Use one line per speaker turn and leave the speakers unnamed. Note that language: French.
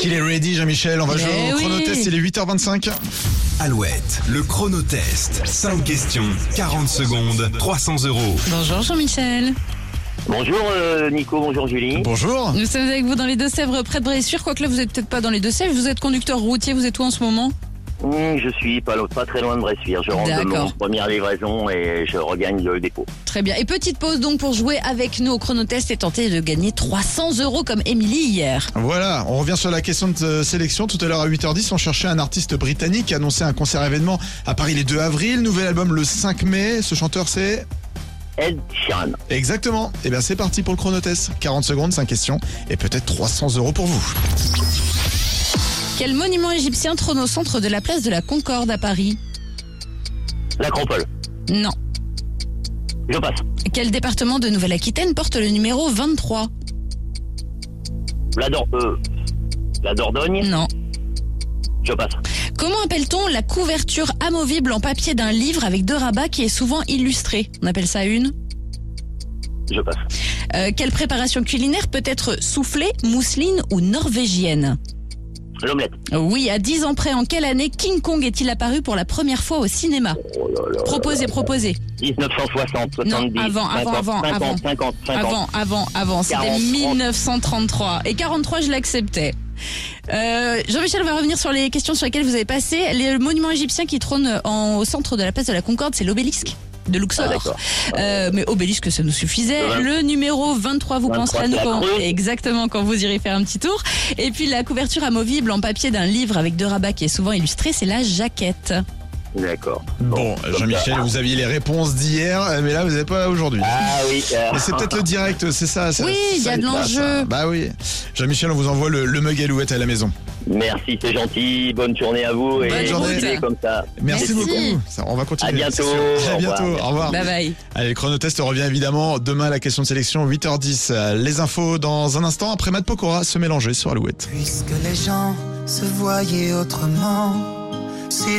qu'il est ready, Jean-Michel On va
Mais
jouer au
Eh oui.
chronotest, il est 8h25.
Alouette, le chronotest. 5 questions, 40 secondes, 300 euros.
Bonjour Jean-Michel.
Bonjour euh, Nico, bonjour Julie.
Bonjour.
Nous sommes avec vous dans les Deux-Sèvres, près de Bressuire. Quoique là, vous n'êtes peut-être pas dans les Deux-Sèvres. Vous êtes conducteur routier. Vous êtes où en ce moment
Mmh, je suis pas, lo- pas très loin de Bressuire. Je rentre de
D'accord.
mon première livraison et je regagne le dépôt.
Très bien. Et petite pause donc pour jouer avec nous au chronotest et tenter de gagner 300 euros comme Émilie hier.
Voilà, on revient sur la question de euh, sélection. Tout à l'heure à 8h10, on cherchait un artiste britannique qui annonçait un concert événement à Paris les 2 avril. Nouvel album le 5 mai. Ce chanteur, c'est.
Ed Sheeran.
Exactement. Et bien, c'est parti pour le chronotest. 40 secondes, 5 questions et peut-être 300 euros pour vous.
Quel monument égyptien trône au centre de la place de la Concorde à Paris
L'Acropole.
Non.
Je passe.
Quel département de Nouvelle-Aquitaine porte le numéro 23
La, Dor- euh, la Dordogne.
Non.
Je passe.
Comment appelle-t-on la couverture amovible en papier d'un livre avec deux rabats qui est souvent illustrée On appelle ça une.
Je passe.
Euh, quelle préparation culinaire peut être soufflée, mousseline ou norvégienne Euh,
L'omelette.
Oui, à 10 ans près, en quelle année King Kong est-il apparu pour la première fois au cinéma
Oh là là.
Proposez, proposez.
1960, 70.
avant, avant,
50,
avant,
50,
avant.
50, 50.
Avant, avant, avant. C'était
40,
1933. Et 43, je l'acceptais. Euh, Jean-Michel va revenir sur les questions sur lesquelles vous avez passé. Les- Le monument égyptien qui trône en- au centre de la place de la Concorde, c'est l'obélisque de Luxor.
Ah, d'accord.
Euh, mais obélisque, ça nous suffisait.
Voilà.
Le numéro 23, vous
23,
penserez à nous
c'est la
quand,
creux.
exactement quand vous irez faire un petit tour. Et puis la couverture amovible en papier d'un livre avec deux rabats qui est souvent illustrée, c'est la jaquette.
D'accord.
Bon,
comme
Jean-Michel,
ça.
vous aviez les réponses d'hier, mais là, vous n'avez pas aujourd'hui.
Ah oui. euh,
Mais c'est peut-être le direct, c'est ça. c'est-
Oui,
c'est
il y a
ça,
de
les places,
l'enjeu.
hein. Bah oui. Jean-Michel, on vous envoie le, le mug Alouette à la maison.
Merci, c'est gentil. Bonne journée à vous.
Bonne
et
journée.
continuez comme ça.
Merci,
Merci.
beaucoup. Ça, on va continuer.
À bientôt,
À
au
bientôt.
revoir.
Au revoir.
Bye bye.
Allez, le chronotest revient évidemment demain à la question de sélection 8h10. Euh, Les infos dans un instant après Matt Pokora se mélanger sur Alouette.
Puisque les gens se voyaient autrement, c'est